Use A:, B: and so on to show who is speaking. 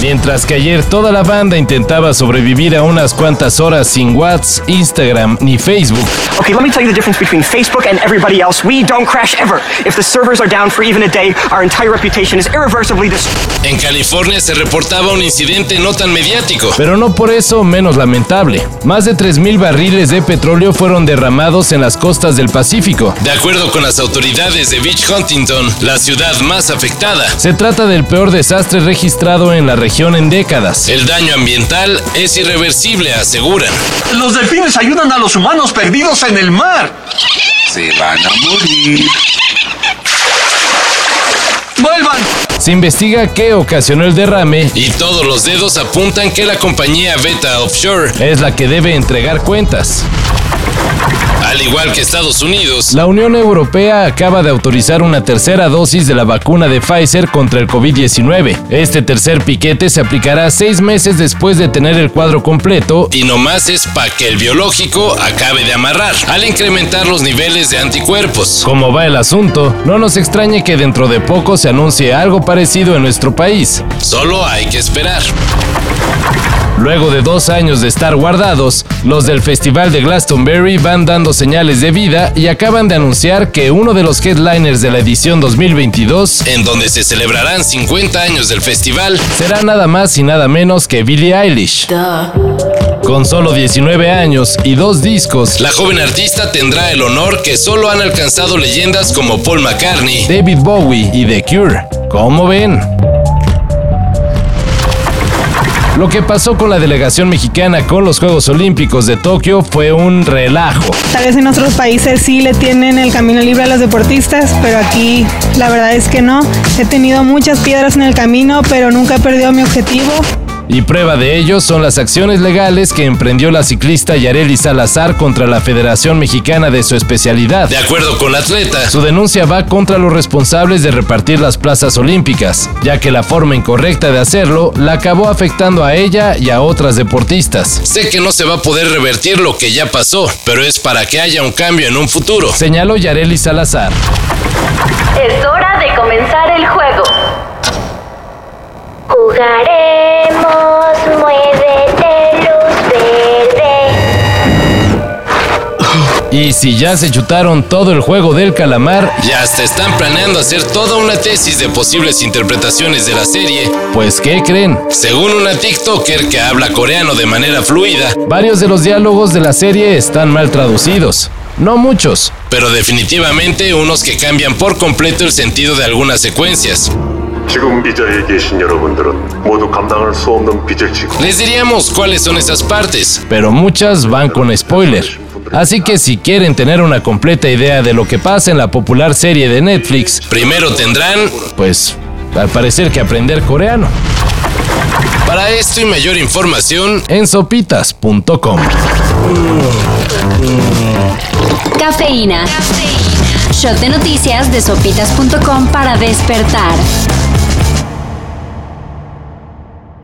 A: Mientras que ayer toda la banda intentaba sobrevivir a unas cuantas horas sin WhatsApp, Instagram ni Facebook,
B: Okay, let me tell you the difference between Facebook and everybody else. We don't crash ever. If the servers are down for even a day, our entire reputation is irreversibly destroyed.
C: En California se reportaba un incidente no tan mediático.
A: pero no por eso menos lamentable. Más de 3.000 barriles de petróleo fueron derramados en las costas del Pacífico.
C: De acuerdo con las autoridades de Beach Huntington, la ciudad más afectada,
A: Se trata del peor desastre registrado en la región en décadas.
C: el daño ambiental es irreversible, aseguran.
D: Los delfines ayudan a los humanos perdidos en el mar.
E: Se van a morir.
D: ¡Vuelvan!
A: Se investiga qué ocasionó el derrame
C: Y todos los dedos apuntan que la compañía Beta Offshore,
A: es la que debe entregar cuentas.
C: al igual que Estados Unidos,
A: La Unión Europea acaba de autorizar una tercera dosis de la vacuna de Pfizer contra el COVID-19. Este tercer piquete se aplicará seis meses después de tener el cuadro completo
C: y nomás es para que el biológico acabe de amarrar, al incrementar los niveles de anticuerpos.
A: Como va el asunto, no nos extrañe que dentro de poco se anuncie algo parecido en nuestro país.
C: Solo hay que esperar.
A: Luego de dos años de estar guardados, los del Festival de Glastonbury van dando señales de vida y acaban de anunciar que uno de los headliners de la edición 2022
C: En donde se celebrarán 50 años del festival,
A: será nada más y nada menos que Billie Eilish. Con solo 19 años y dos discos,
C: la joven artista tendrá el honor que solo han alcanzado leyendas como Paul McCartney,
A: David Bowie y The Cure. ¿Cómo ven? Lo que pasó con la delegación mexicana con los Juegos Olímpicos de Tokio fue un relajo.
F: Tal vez en otros países sí le tienen el camino libre a los deportistas, pero aquí la verdad es que no. He tenido muchas piedras en el camino, pero nunca he perdido mi objetivo.
A: Y prueba de ello son las acciones legales que emprendió la ciclista Yareli Salazar contra la Federación Mexicana de su especialidad.
C: de acuerdo con la atleta,
A: Su denuncia va contra los responsables de repartir las plazas olímpicas, ya que la forma incorrecta de hacerlo la acabó afectando a ella y a otras deportistas.
C: Sé que no se va a poder revertir lo que ya pasó, pero es para que haya un cambio en un futuro.
A: Señaló Yareli Salazar.
G: Es hora de comenzar el juego. Jugaremos, muévete, luz verde.
A: Y si ya se chutaron todo el juego del calamar,
C: Y hasta están planeando hacer toda una tesis de posibles interpretaciones de la serie,
A: pues ¿qué creen?
C: según una TikToker que habla coreano de manera fluida,
A: Varios de los diálogos de la serie están mal traducidos. No muchos,
C: pero definitivamente unos que cambian por completo el sentido de algunas secuencias.
H: 지금 빚자에 계신 여러분들은 모두 감당할 수 없는 빚을 지고
C: Les diríamos cuáles son esas partes,
A: pero muchas van con spoiler. Así que si quieren tener una completa idea de lo que pasa en la popular serie de Netflix,
C: primero tendrán...
A: pues al parecer que aprender coreano
C: Para esto y mayor información,
A: en sopitas.com.
I: Cafeína. Shot de noticias de sopitas.com para despertar.